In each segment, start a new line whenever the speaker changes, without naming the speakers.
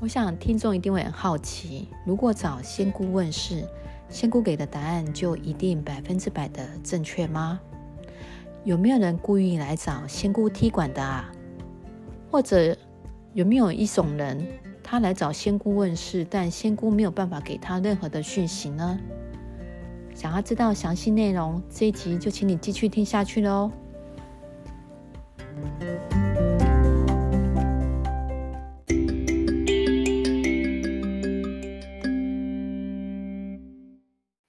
我想听众一定会很好奇，如果找仙姑问世，仙姑给的答案就一定百分之百的正确吗？有没有人故意来找仙姑踢馆的啊？或者有没有一种人，他来找仙姑问事，但仙姑没有办法给他任何的讯息呢？想要知道详细内容，这一集就请你继续听下去喽。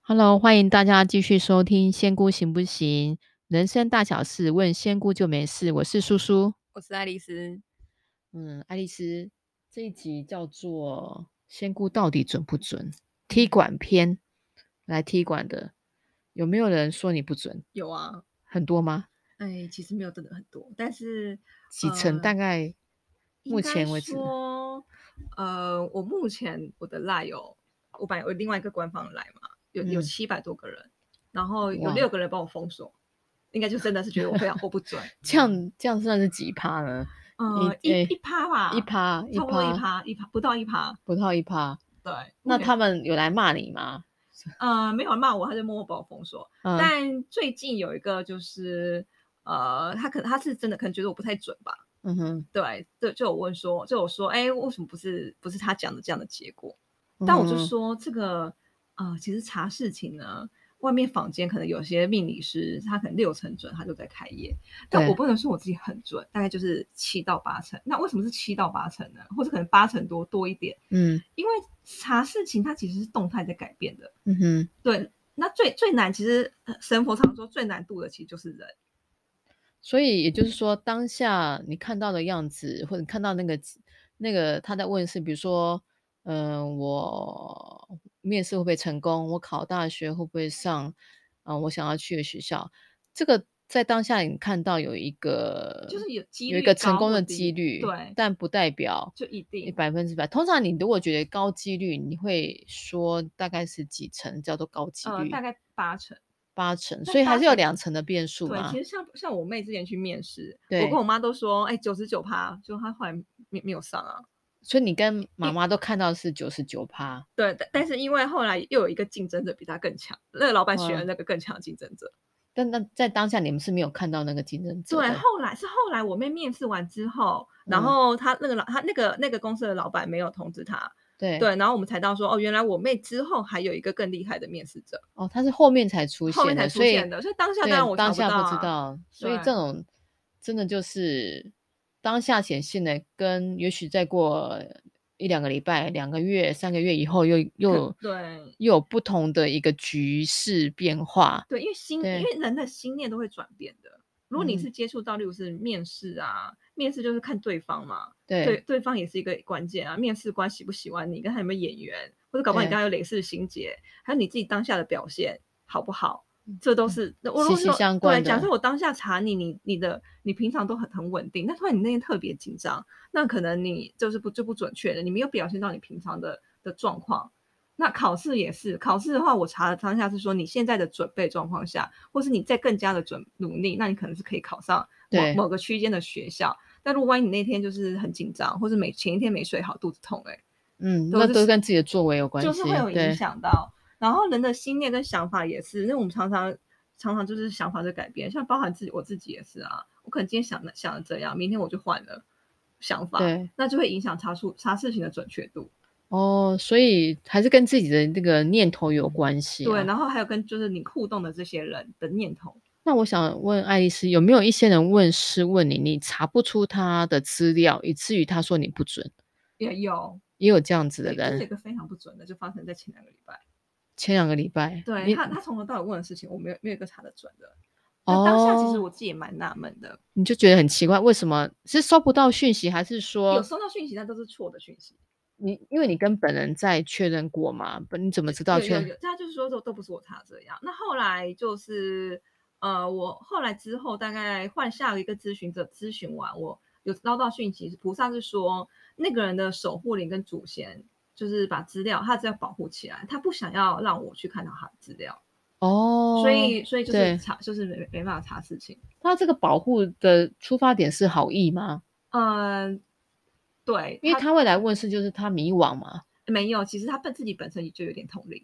Hello，欢迎大家继续收听《仙姑行不行》，人生大小事问仙姑就没事。我是叔叔，
我是爱丽丝。
嗯，爱丽丝，这一集叫做《仙姑到底准不准》踢馆篇，来踢馆的有没有人说你不准？
有啊，
很多吗？
哎，其实没有真的很多，但是
几成？
呃
大概
应
目
该
前为止
说，呃，我目前我的 line 有，我本来有另外一个官方 line 嘛，有
嗯
有七百多个人，然后有
哇
六个人帮我封锁，应该就真的是觉得我非常货不 准。
这样这样算是几趴呢？
呃，
一
一
哎
一趴吧，
一，趴，一
差不多一
趴，
趴，一趴不到一趴。
不到一趴。
对，
那
目前
他们有来骂你吗？
呃没有人骂我，他就默默把我封锁。
嗯，
但最近有一个就是，呃，他可能他是真的可能觉得我不太准吧，
嗯哼，
对，就就有问说，就有说，哎，为什么不是不是他讲的这样的结果？但我就
嗯
说这个，呃，其实查事情呢，外面坊间可能有些命理师他可能六成准，他就在开业，但
对
我不能说我自己很准，大概就是七到八成。那为什么是七到八成呢？或者可能八成多多一点？
嗯
因为查事情它其实是动态在改变的。
嗯哼。
对，那最最难，其实呃神佛常说最难度的其实就是人。
所以也就是说，当下你看到的样子，或者看到那个那个他在问是，比如说，嗯、我面试会不会成功？我考大学会不会上？嗯、我想要去的学校，这个在当下你看到有一个
就是有几
嗯有一
率
个成
高
功
或
的
低
几率，
对
但不代表
就一定
百分之百。通常你如果觉得高几率，你会说大概是几成叫做高几
呃
率？
大概八成。
八成，
那
所以还
八
是有
成
两成的变数
对，
嘛
其。实像像我妹之前去面试，
对
我跟我妈都说，哎，九十九趴，就她后来没没有上啊。
所以你跟妈妈都看到是九十九趴，
对，但但是因为后来又有一个竞争者比她更强，那个老板选
哇
了那个更强的竞争者。
但那在当下你们是没有看到那个竞争者
对，
的
后来是后来我妹面试完之后，然
嗯
后她那个老她那个那个公司的老板没有通知她，
对
对，然后我们才到说，哦，原来我妹之后还有一个更厉害的面试者，
哦，他是后面才出
后
现
面才
的，
出
所以
现的，所以当下
对
当然我查
当下
到
不
啊
知，道，所以
对
这种真的就是当下显现的，跟也许再过一两个礼拜、两个月、三个月以后又又
对
又有不同的一个局势变化，
对，因为心，
对
因为人的心念都会转变的。如果你
嗯
是接触到，例如是面试啊，面试就是看对方嘛，
对
对，对方也是一个关键啊。面试官喜不喜欢你，跟他有没有眼缘，或者搞不好你
对
跟他有类似的心结，还有你自己当下的表现好不好，这都
嗯
是那我
息
如果
息
说
相
对，
关
假
的
设我当下查你，你你的你平常都很很稳定，但突然你那天特别紧张，那可能你就是不就不准确的，你没有表现到你平常的的状况，那考试也是，考试的话，我查的当下是说你现在的准备状况下，或是你再更加的准努力，那你可能是可以考上
对
某某个区间的学校。但如果万一你那天就是很紧张，或是每前一天没睡好，肚子痛、欸，
嗯，
都
那
是
都跟自己的作为有关系，
就是会有影
对
响到。然后人的心念跟想法也是，因为我们常常常常就是想法在改变，像包含自己我自己也是啊，我可能今天想的想的这样，明天我就换了想法，
对。
那就会影响查出查事情的准确度。
哦，所以还是跟自己的那个念头有关系、啊
对，
那
然后还有跟就是你互动的这些人的念头。
那我想问爱丽丝，有没有一些人问是问你，你查不出他的资料，以至于他说你不准，
也有
也有这样子的
对这是一
人。
个非常不准的，就发生在前两个礼拜。
前两个礼拜，
对
你
他，他从头到尾问的事情，我没有没有一个查得准的。那当下其实
哦
我自己也蛮纳闷的，
你就觉得很奇怪，为什么是收不到讯息，还是
有
说
收到讯息，但都是错的讯息。
你因为你跟本人在确认过嘛？不，你怎么知道
有有
确？
有，他就是说都都不是我查这样。那后来就是呃，我后来之后大概换下一个咨询者咨询完，我有捞到讯息，菩萨是说那个人的守护灵跟祖先就是把资料，他只要保护起来，他不想要让我去看到他的资料，
哦，
所以所以就
对
是查就是没没办法查事情。
他这个保护的出发点是好意吗？
嗯，对，
因为他会来问是就是他迷惘嘛，
没有，其实他本自己本身就有点通灵，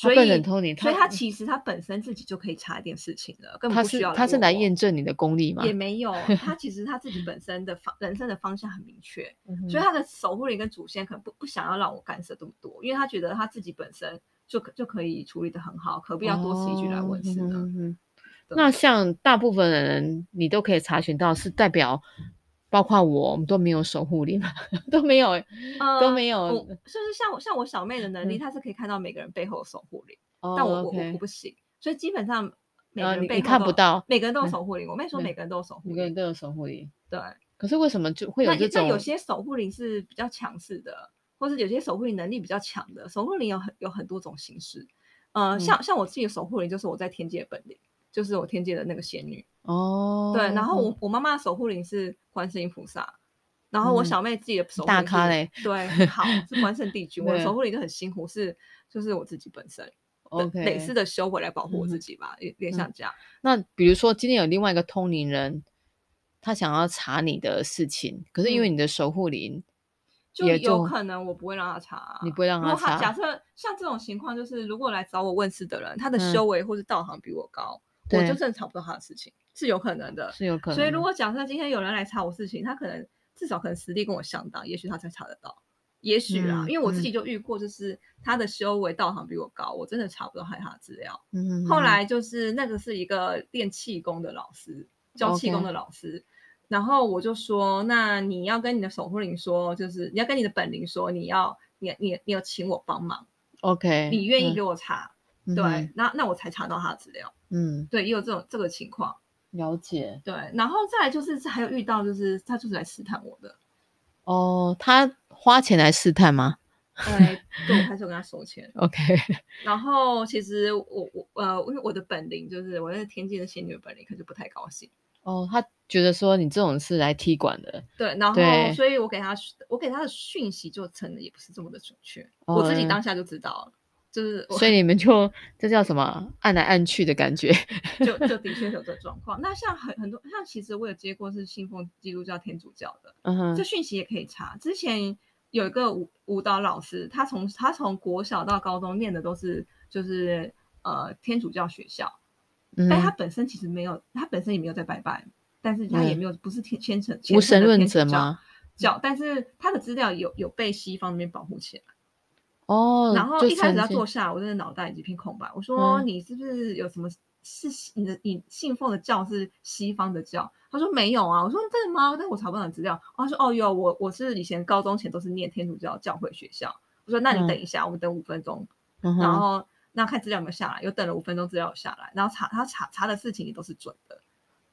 他
所
笨很
以
通灵，
所以他其实他本身自己就可以查一点事情了，根本
他
不需
是
要
他是
问
来
我
验证你的功力嘛，
也 没有，他其实他自己本身的方人生的方向很明确，
嗯
所以
哼
他的守护灵跟祖先可能不不想要让我干涉这么多，因为他觉得他自己本身就可就可以处理的很好，何必要多此一举来问事
哦
呢？
嗯哼哼
对
那像大部分的人，你都可以查询到，是代表包括我，我们都没有守护灵嘛， 都没有欸，都
呃
没有。
我就是像我像我小妹的能力，
嗯
她是可以看到每个人背后的守护灵，
哦
但我我我
OK
我不行，所以基本上每
呃
个人
你
背
你
后
看
都
不
有
到
每个人都有
嗯
守护灵。我妹说
嗯
每个人都有守护
每个人
灵，
都有守护灵，
对。
可是为什么就会有
那
这
也但
种？
有些守护灵是比较强势的，或是有些守护灵能力比较强的，守护灵有很有很多种形式。呃，
嗯
像像我自己的守护灵就是我在天界的本领，就是我天界的那个仙女。
哦，
对，然后我我妈妈的守护灵是观世音菩萨，然后我
嗯
小妹自己的守护
大
灵
咖
是
嘞
对，好是关圣 帝君，我的
对
守护灵就很辛苦，是就是我自己本身的
OK
累世的修为来保护我
嗯
自
哼
己吧，有点
嗯
像这样。
那比如说今天有另外一个通灵人，他想要查你的事情，可是因为
嗯
你的守护灵
就
也
有
就
可能我不会让他查啊、
你不会让
如果
他
他
查，
假设像这种情况，就是如果来找我问事的人，他的
嗯
修为或是道行比我高，我
对
就真的查不到他的事情，是有可能的。
是有可能的。
所以如果假设今天有人来查我事情，他可能至少可能实力跟我相当，也许他才查得到。也许啊，
嗯
因为我自
嗯
己就遇过，就是他的修为道行比我高，我真的查不到他的资料。
嗯
后来就是那个是一个练气功的老师，教气功的老师。然后我就说，那你要跟你的守护灵说，就是你要跟你的本灵说，你要你你你有请我帮忙，
OK，嗯
你愿意给
我
我查，
对
对，那那我才查到他的资料。
嗯
对，也有这种这个情况。
了解
对，然后再来就是还有遇到就是他就是来试探我的，
哦，他花钱来试探吗
哎，对，我还是有跟他收钱。
？OK，
然后其实我我呃，因为我的本灵就是我那个天界的仙女的本灵，可就不太高兴。
哦，他觉得说你这种是来踢馆的，
对，然
对
后所以我给他我给他的讯息就成了也不是这么的准确，我自己
哦
当下就知道了，就是我
所以你们就这叫什么按来按去的感觉？
就就的确有这状况。那像很很多像其实我有接过是信奉基督教天主教的，
嗯
这
哼，
讯息也可以查。之前有一个舞舞蹈老师，他从他从国小到高中念的都是就是呃天主教学校，
嗯
但他本身其实没有，他本身也没有在拜拜，但是他也
嗯
没有不是天虔诚虔
无
诚
神
的
论
天主
者
教
吗？
教，但是他的资料有有被西方那边保护起来。
哦，
然后
就
一开始
曾
他
经
坐下来，啊我真的脑袋一片空白。我说
嗯
你是不是有什么是西你的你信奉的教是西方的教？他说没有啊。我说真的吗？但我查不到你资料。哦他说哦有，我我是以前高中前都是念天主教教会学校。我说那你
嗯
等一下，我们等五分钟，
嗯
然
哼
后那看资料有没有下来。又等了五分钟，资料有下来，然后查他查查的事情也都是准的。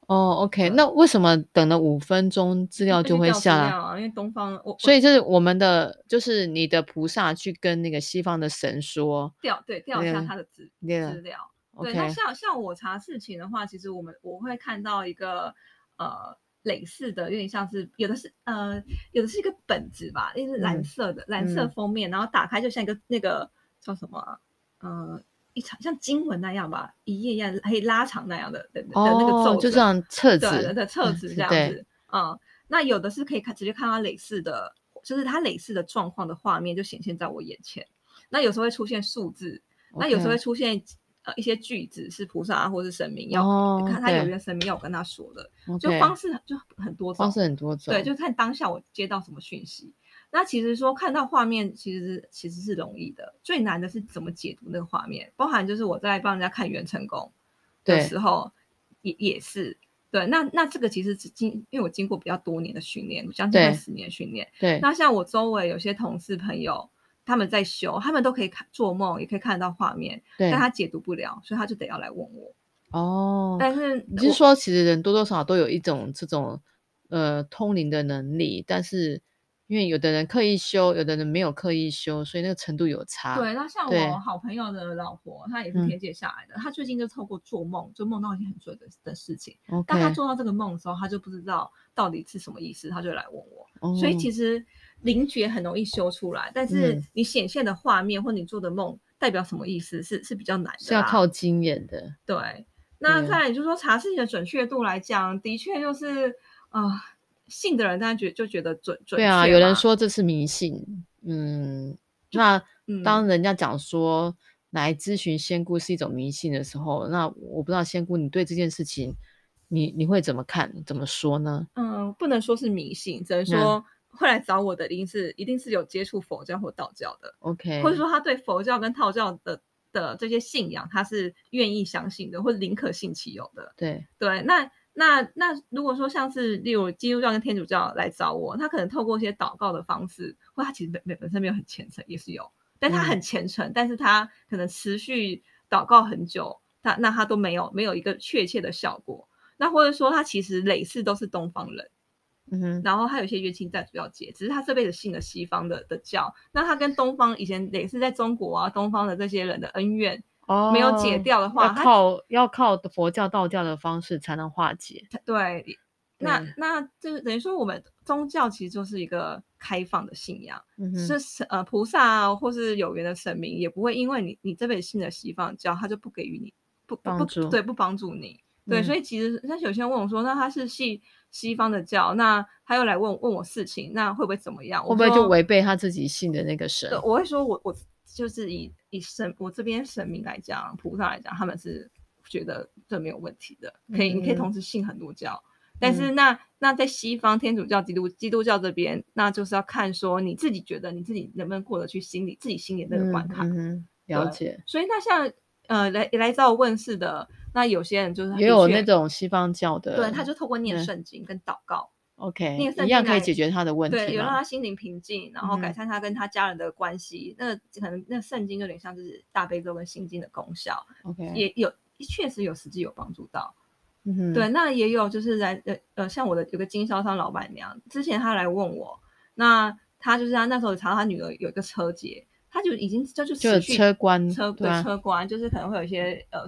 哦，OK，
对
那为什么等了五分钟资料
就
就
去
会
调资
下来
料？啊，因为东方我我
所以就是我们的，就是你的菩萨去跟那个西方的神说
调对调一下
嗯
他的资
，Yeah，
资料。对，那
，OK，
像像我查事情的话，其实我们我会看到一个呃类似的，有点像是有的是呃有的是一个本子吧，因为是蓝
嗯
色的、蓝色
嗯
封面，然后打开就像一个那个叫什么啊、呃一场像经文那样吧，一页一样可以拉长那样的的、的那个
哦
皱，
就这
褶
样册
对的
子，
的册
嗯
子
是
这样
对
子，嗯，那有的是可以看直接看到类似的，就是它类似的状况的画面就显现在我眼前。那有时候会出现数字，那有时候
OK
会出现呃一些句子是菩萨啊或是神明要、
哦
看他有
对
缘神明要我跟他说的，就
OK，
方式就很多种，
方式很多种，
对，就看当下我接到什么讯息。那其实说看到画面，其实其实是容易的，最难的是怎么解读那个画面。包含就是我在帮人家看元成功的
对
时候，也也是对。那那这个其实是经，因为我经过比较多年的训练，将近快
对
十年的训练。
对，
那像我周围有些同事朋友，他们在修，他们都可以看做梦，也可以看得到画面，
对
但，他解读不了，所以他就得要来问我。
哦，
但是
你是
我
说其实人多多少少都有一种这种呃通灵的能力，但是因为有的人刻意修，有的人没有刻意修，所以那个程度有差，
对，那像
啊对
我好朋友的老婆，她也
嗯
是天界下来的，她最近就透过做梦，就梦到一些很准的的事情。
，OK，
当她做到这个梦的时候，她就不知道到底是什么意思，她就来问我。所以
哦
其实灵觉很容易修出来，但是
嗯
你显现的画面或你做的梦代表什么意思是是比较难的，啊
是要靠经验的，
对，那
对
再来就是说查事情的准确度来讲，的确就是啊、信的人，大家觉就觉得准准
对啊，
确
有人
嘛
说这是迷信，嗯，那当人家讲说来咨询仙姑是一种迷信的时候，那我不知道仙姑你对这件事情，你你会怎么看，怎么说呢？
嗯，不能说是迷信，只能
那
说会来找我的一定是一定是有接触佛教或道教的，
？OK，
或者说他对佛教跟道教的的这些信仰，他是愿意相信的，或者宁可信其有的。
对
对，那那那如果说像是例如基督教跟天主教来找我，他可能透过一些祷告的方式，或他其实本本本身没有很虔诚，也是有，但他很虔诚，但是他可能持续祷告很久，他那他都没有没有一个确切的效果。那或者说他其实累世都是东方人，
嗯哼，
然后他有一些冤亲债主要结，只是他这辈子信了西方的的教，那他跟东方以前也是在中国啊，东方的这些人的恩怨
哦，
没有解掉的话，
要
他
靠要靠佛教、道教的方式才能化解。
对，那
对
那就是等于说，我们宗教其实就是一个开放的信仰，
嗯
是
哼，
神呃菩萨啊，或是有缘的神明，也不会因为你你这辈子信了西方教，他就不给予你不不
帮
不
助嗯
对不帮助你。对，所以其实那有些人问我说，那他是信西方的教，那他又来问问我事情，那会不会怎么样？
会不会就
说
违背他自己信的那个神
对，？我会说我我就是以以神我这边神明来讲，菩萨来讲，他们是觉得这没有问题的，可以、你可以
嗯
同时信很多教。但是
嗯
那、那在西方天主教、基督基督教这边，那就是要看说你自己觉得你自己能不能过得去心里自己心里的那个关
嗯
卡。
嗯哼，了
对
解。
所以那像呃来来找我问事的，那有些人就是
也
的
有
确
那种嗯西方教的，
对，他就透过念
对
圣经跟祷告，
OK，
那个圣
一样
经
可以
来
解决他的问题
对，有让
嘛
他心灵平静，然后
嗯
改
哼
善他跟他家人的关系。那可能那圣经有点像就是大悲咒跟心经的功效，
OK，
也有确实有实际有帮助到。
嗯哼
对，那也有就是来呃呃，像我的有个经销商老板娘，之前她来问我，那她就是她那时候查到她女儿有一个车劫，她就已经这就
就
持
有
续
车关
车
对
对
啊
车关，就是可能会有一些呃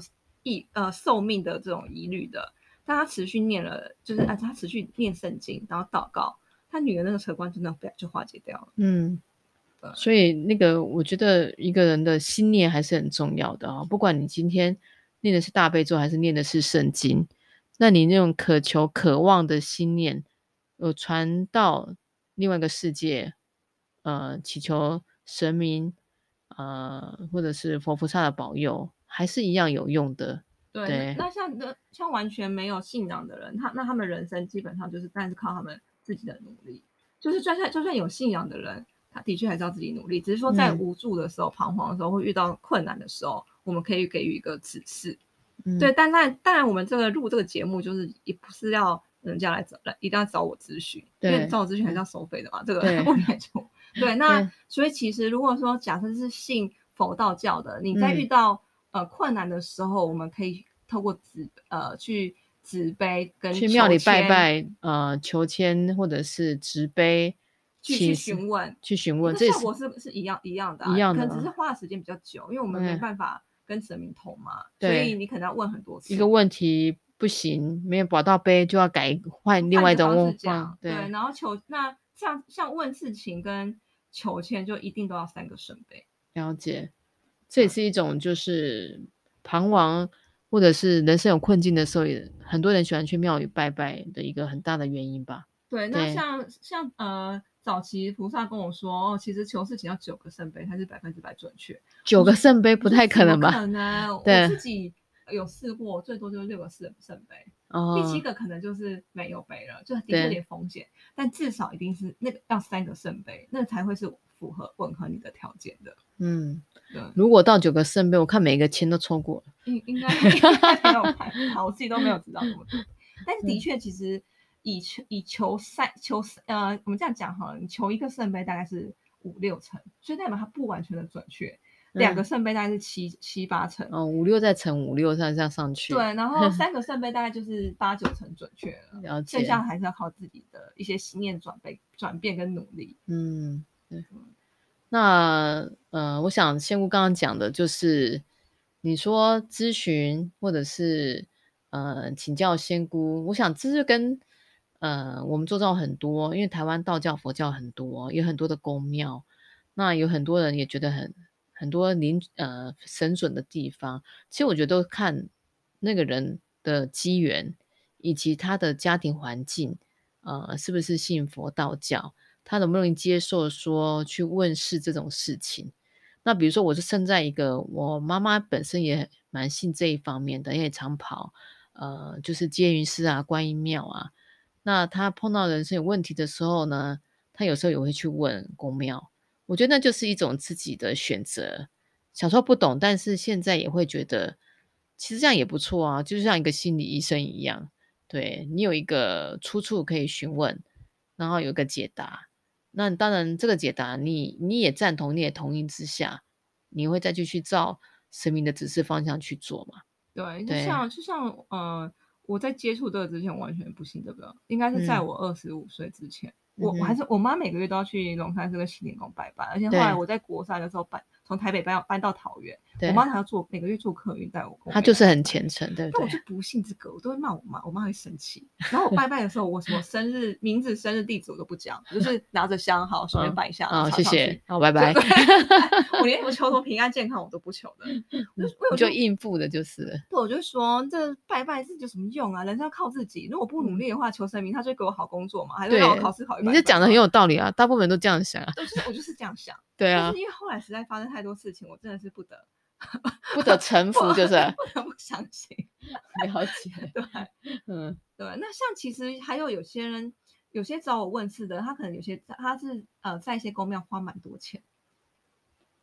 意呃寿命的这种疑虑的，但她持续念了，就是啊她持续念圣经，然后祷告，她女儿那个车关真的被就化解掉了。
嗯
对，
所以那个我觉得一个人的心念还是很重要的啊、不管你今天念的是大悲咒还是念的是圣经，那你那种渴求、渴望的心念，有传到另外一个世界，呃，祈求神明，呃，或者是佛菩萨的保佑，还是一样有用的。
对，
对
那那像那像完全没有信仰的人，他那他们人生基本上就是，但是靠他们自己的努力。就是就算就算有信仰的人，他的确还是要自己努力，只是说在
嗯
无助的时候、彷徨的时候，会遇到困难的时候，我们可以给予一个指示。
嗯
对，，但但当然，我们这个录这个节目，就是也不是要人家来找来一定要找我咨询，因为
对
找我咨询还是要收费的嘛。这个
对
我 来就对。
对
那所以其实如果说假设是信佛道教的，你在遇
嗯
到、呃困难的时候，我们可以透过纸呃去纸杯跟
去庙
求
里拜
签
拜，呃，求签或者是纸杯，
去
请
去
示
询问，
去询问，
那
这也
效
是
果是是一样一样的、啊，
一样
可
的
能只是
啊
花的时间比较久，因为我们没
嗯
办法跟神明通嘛，所
对
以你可能要问很多次。
一个问题不行，没有保到杯就要改换另
换
外一
个
种
方
问
式讲
法，，
对，
对，
然后求那像像问事情跟求签就一定都要三个圣杯，
了解。这也
嗯
是一种就是彷徨或者是人生有困境的时候，也很多人喜欢去庙里拜拜的一个很大的原因吧。
对，那
对
像像呃早期菩萨跟我说，哦，其实求事情要九个圣杯，它是百分之百准确，
九个圣杯
我
不
说
太
怎
可能
么可
吧？
能，
对
我自己有试过，最多就是六个圣圣杯，第
哦
七，个可能就是没有杯了，就的确
对
有点风险，但至少一定是那个要三个圣杯，那才会是符合吻合你的条件的，
嗯，
对。
如果到九个圣杯，我看每个签都抽过了。
应 应该应该没有看到，我自己都没有知道那么多。但是
嗯
的确，其实以求以求三求三呃，我们这样讲好了，你求一个圣杯大概是五六成，所以代表它不完全的准确。两个
嗯
圣杯大概是七七八成，
哦，五六再乘五六，再这样上去。
对，，然后三个圣杯大概就是八九成准确了，
了
剩
解。
下还是要靠自己的一些心念转变、转变跟努力。
嗯，对。那呃，我想仙姑刚刚讲的就是，你说咨询或者是呃请教仙姑，我想这是跟呃我们做到很多，因为台湾道教、佛教很多，有很多的宫庙，那有很多人也觉得很很多灵呃神准的地方，其实我觉得都看那个人的机缘以及他的家庭环境。呃是不是信佛道教，他能不能接受说去问世这种事情。那比如说，我是生在一个我妈妈本身也蛮信这一方面的，也常跑呃就是接云寺啊、观音庙啊。那她碰到人生有问题的时候呢，她有时候也会去问公庙。我觉得那就是一种自己的选择。小时候不懂，但是现在也会觉得，其实这样也不错啊，就像一个心理医生一样，对你有一个出处可以询问，然后有一个解答。那当然，这个解答你你也赞同，你也同意之下，你会再继续照神明的指示方向去做嘛？
对，就
对
像就像呃，我在接触这个之前，我完全不信这个，应该是在
嗯
我二十五岁之前，我
嗯
我
哼
还是我妈每个月都要去龙山寺跟西点宫拜拜，而且后
对
来我在国三的时候搬从台北搬到搬到桃园，
对
我，妈还要做每个月做客运带我跟我妹妹拜拜，
他就是很虔诚， 对不
但我就
对？
不信这个，我都会骂我妈，我妈会生气。然后我拜拜的时候，我什么生日、名字、生日、地址我都不讲，我就是拿着香好顺便
嗯
拜一下，
好，
插
谢
上去
谢，好，拜 拜。
我连 我求什么平安健康我都不求的，我就我
你
就
就应付的就是了，
对，我就说这拜拜自己有什么用啊？人生要靠自己，如果不努力的话，求神明他就会给我好工作嘛，还是让我
嗯对
考试考一百
你
分嘛。
这讲的很有道理啊，大部分人都这样想啊，
对，就是我就是这样想。
对
但
啊
是，因为后来实在发生太多事情，我真的是不得
不得臣服就是了
不得不相信。
解，
对
嗯
对，那像其实还有有些人，有些找我问事的，他可能有些他是呃在一些公庙花蛮多钱，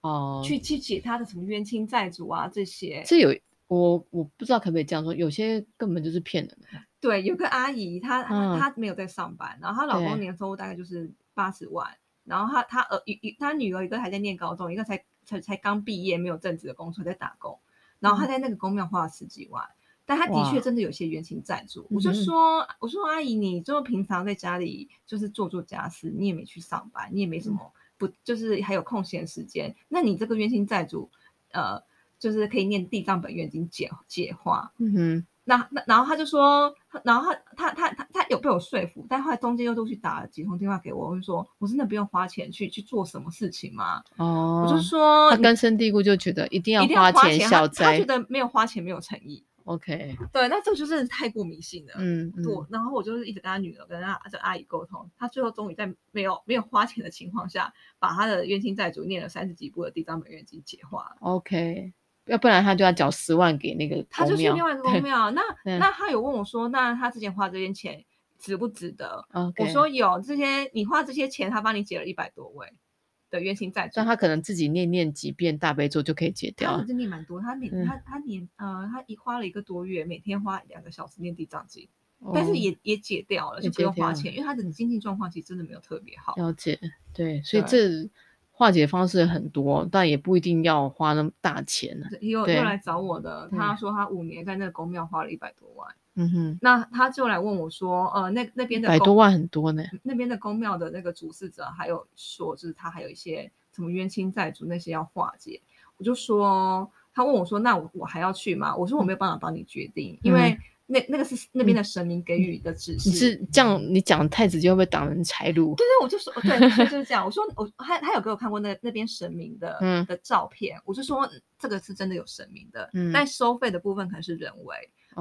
哦，
去去解他的什么冤亲债主啊这些。
这有我我不知道可不可以这样说，有些根本就是骗人的，
对，有个阿姨，她、
嗯
她没有在上班，然后她老
对
公年收入大概就是八十万，然后她她儿一一她女儿一个还在念高中，一个才才才刚毕业，没有正职的工作在打工，然后
嗯
她在那个公庙花了十几万，但她的
哇
确真的有些冤情债主。我就
嗯哼
说我说阿姨，你就平常在家里就是做做家事，你也没去上班，你也没什
嗯
么不就是还有空闲时间，那你这个冤亲债主，呃，就是可以念地藏本愿经解解化，
嗯哼，
那那然后他就说，他然后他他他他他有被我说服，但后来中间又陆续打了几通电话给我，我就说我真的不用花钱去去做什么事情吗？
哦，
我就说
他
你
根深蒂固就觉得一定要
一定要花
钱
他
消
他
灾
觉得没有花钱没有诚意。
，OK，
对，那这个就真的太过迷信了。
嗯嗯
对，然后我就是一直跟他女儿跟他这阿姨沟通，他最后终于在没有没有花钱的情况下，把他的冤亲债主念了三十几部的地藏本愿经解化了。
，OK，要不然他就要缴十万给那个
他就
公
去
庙
另外一个
对
公庙，那
对
那他有问我说，那他之前花这些钱值不值得？
，OK，
我说有这些，你花这些钱，他帮你解了一百多位的冤亲债主。
但他可能自己念念几遍大悲咒就可以解
他
掉
真的念蛮多，他每、
嗯
他他年呃他一花了一个多月，每天花两个小时念地藏经，但是
哦
也也解掉了，
也
就不用
解掉
花
了
钱，因为他的经济状况其实真的没有特别好。
了解，对，所以
对
这化解方式很多，但也不一定要花那么大钱啊
也有
对
又来找我的，
对
他说他五年在那个公庙花了一百多万，
嗯哼，
那他就来问我说，呃，那那边的
百
公
多万很多呢，
那边的公庙的那个主事者还有说，就是他还有一些什么冤亲债主那些要化解。我就说，他问我说，那我我还要去吗？我说我没有办法帮你决定，因为那那个是那边的神明给予的指
嗯
示。
你是这样，你讲得太直接会不会挡人财路？
对对，我就说，对，所以就是这样。我说我他他有给我看过那那边神明的、
嗯
的照片，我就说嗯这个是真的有神明的，
嗯
但收费的部分可能是人为，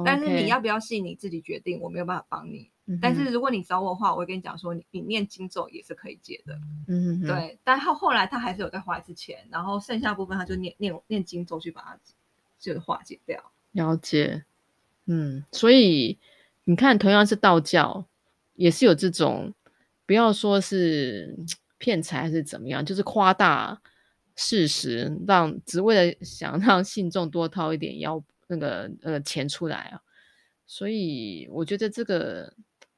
但是你要，不要信你自己决定，我没有办法帮你。
嗯
但是，如果你找我的话，我会跟你讲说，你你念经咒也是可以解的。
嗯哼，
对，但他后来他还是有再花一次钱，然后剩下部分他就念念念经咒去把它就是化解掉。
了解，嗯，所以你看，同样是道教，也是有这种，不要说是骗财还是怎么样，就是夸大事实，让只为了想让信众多掏一点腰那个呃钱出来啊。所以我觉得这个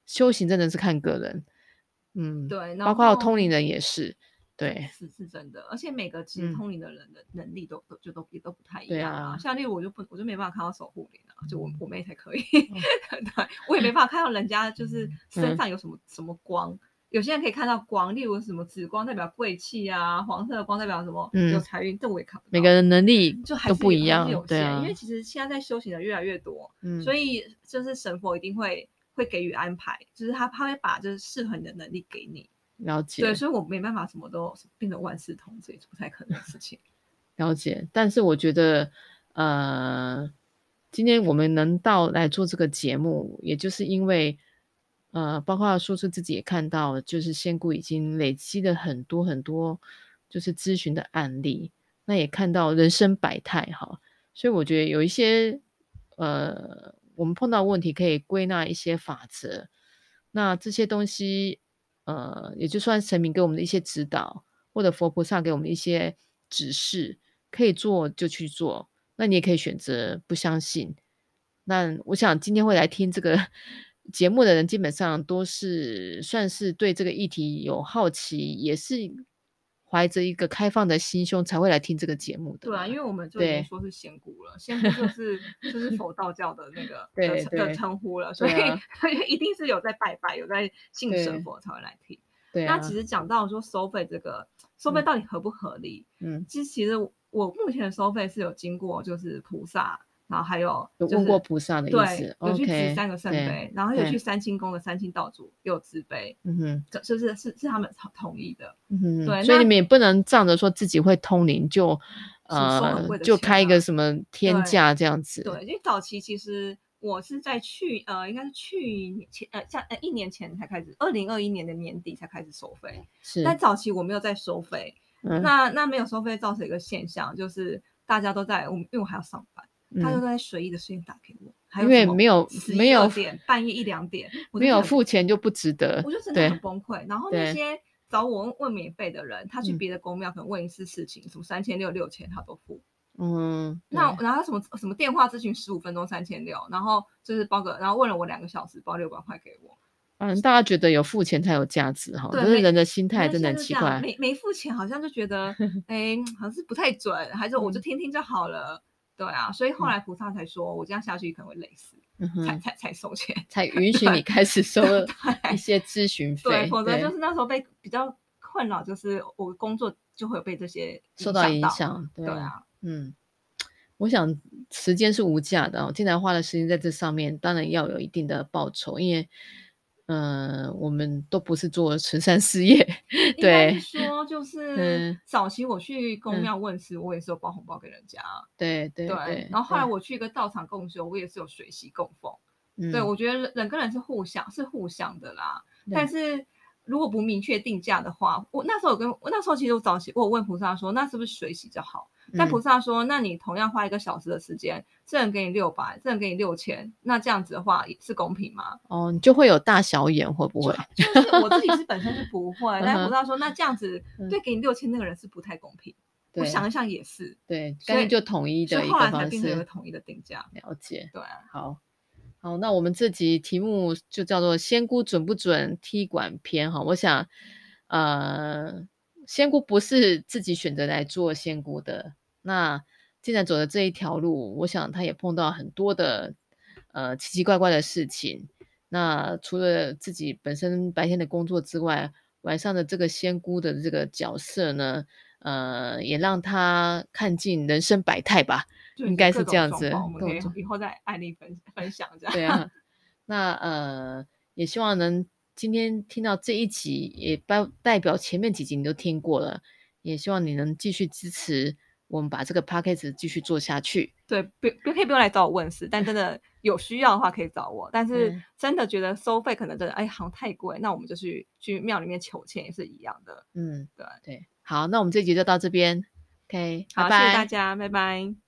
修行真的是看个人，嗯，
对，然
包括
后哦
通灵人也是，对，
是是真的，而且每个其实
嗯
通灵的人的能力都都就都也都不太一
对
样
啊嗯
像例如我就不我就没办法看到守护灵啊，就我我妹才可以， 对我也没办法看到人家就是身
嗯
上有什么、什么光。有些人可以看到光，例如什么紫光代表贵气啊，黄色的光代表什么、有
嗯
财运，这我也看不到。
每个人能力
就还
都
是
不
有
一
还是
样
有，
对
限
啊
因为，其实现在在修行的越来越多，
嗯，
所以就是神佛一定会会给予安排，就是他他会把就是适合你的能力给你。
了解，
对，所以我没办法什么都变成万事通，这也是不太可能的事情。
了解，但是我觉得，呃，今天我们能到来做这个节目，也就是因为，呃，包括说出自己也看到，就是仙姑已经累积了很多很多，就是咨询的案例，那也看到人生百态哈，所以我觉得有一些呃，我们碰到问题可以归纳一些法则，那这些东西呃，也就算神明给我们的一些指导，或者佛菩萨给我们一些指示，可以做就去做，那你也可以选择不相信。那我想今天会来听这个 节目的人，基本上都是算是对这个议题有好奇，也是怀着一个开放的心胸才会来听这个节目的
对
嘛。
啊，因为我们就已
对
经说是仙姑了，仙姑就是 就是佛道教的那个
对
的称
对
的称呼了， 所以、
对啊
一定是有在拜拜，有在信
对
神佛才会来听。
对啊，
那其实讲到说收费这个，收费到底合不合理？
嗯，
其实其实我目前的收费是有经过就是菩萨，然后还有
有
就
问过
是
菩萨的意
对
思，
有去
OK，
指三个圣
对
杯，然后有
对
去三清宫的三清道主也有慈悲，
嗯哼，
这就是是是他们同同意的。
嗯哼，
对
所以
那
你们也不能仗着说自己会通灵就，
收很
呃
贵，的
就
钱
开一个
啊
什么天
对
价这样子，
对，因为早期其实我是在去呃，应该是去年前呃，像呃一年前才开始，二零二一年的年底才开始收费。
是，
但早期我没有在收费，
嗯
那那没有收费造成一个现象，就是大家都在我们，因为我还要上班，大家
嗯
都在随意的时间打给我，还
因为没有
十
没有
点半夜一两点，我
没
真的
有
很
付钱就不值得
我就，真的
对
很，崩溃。然后
对
那些找我问问免费的人，他去
嗯
别的公庙可能问一次事情，什么三千六、六千他都付。
嗯，
那
对
然后他什么什么电话咨询十五分钟三千六，然后就是包个，然后问了我两个小时，包六百块给我。
反嗯正大家觉得有付钱才有价值哈，
对
这是
没
人的心态真
但
的很
是现在就
奇
这
怪，
样没没付钱好像就 觉得，哎，好像是不太准，还是我
嗯
就听听就好了。对啊，所以后
嗯
来菩萨才说，我这样下去可能会累死，
嗯
才
哼，
才才收钱。
才允许你开 始收一
对
些咨询
对，
费，
否则
对
就是那时候被比较困扰，就是我工作就会有被这些
受到影
到。
响，对
对啊，
嗯，我想时间是无价的、哦，既然花了时间在这上面，当然要有一定的报酬，因为，呃，我们都不是做慈善事业，
应该
对
是说就是
嗯
早期我去公
嗯
庙问事，我也是有包红包给人家。
对对对。
然后后来
对，
我去一个道场共修，我也是有水席供奉。
嗯、
对，我觉得人人跟人是互相是互相的啦，但
对
是如果不明确定价的话，我那时候有跟我那时候其实我早期我有问菩萨说，那是不是水洗就好？但
嗯
菩萨说，那你同样花一个小时的时间，这人给你六百，这人给你六千，那这样子的话是公平吗？
哦，你就会有大小眼，会不会？
就是我自己是本身是不会，但
嗯哼
菩萨说，那这样子
嗯
对给你六千那个人是不太公平。我
对
想一想也是，
对，
所
干脆
以
就统一
所
的
以
一
后
个
来才
方
变成一个
式，
统一的定价。
了解。
对啊，
好，好，那我们这集题目就叫做“仙姑准不准踢馆篇”哈。我想，呃，仙姑不是自己选择来做仙姑的，那既然走的这一条路，我想她也碰到很多的呃奇奇怪怪的事情。那除了自己本身白天的工作之外，晚上的这个仙姑的这个角色呢，呃，也让她看尽人生百态吧。
就
应
已经
该
各
是
种
这样
状
子
况我们
各
可以
种
以后再案例分分享这 样。
对啊，那呃，也希望能今天听到这一集，也代代表前面几集你都听过了，也希望你能继续支持我们把这个 p a c k a g e 继续做下去。
对，不不可以不用来找我问事，但真的有需要的话可以找我。但是
嗯
真的觉得收费可能真的哎好像太贵，那我们就去去庙里面求签也是一样的。
嗯，
对
对，好，那我们这集就到这边，OK，
好，
拜拜
谢谢大家，拜拜。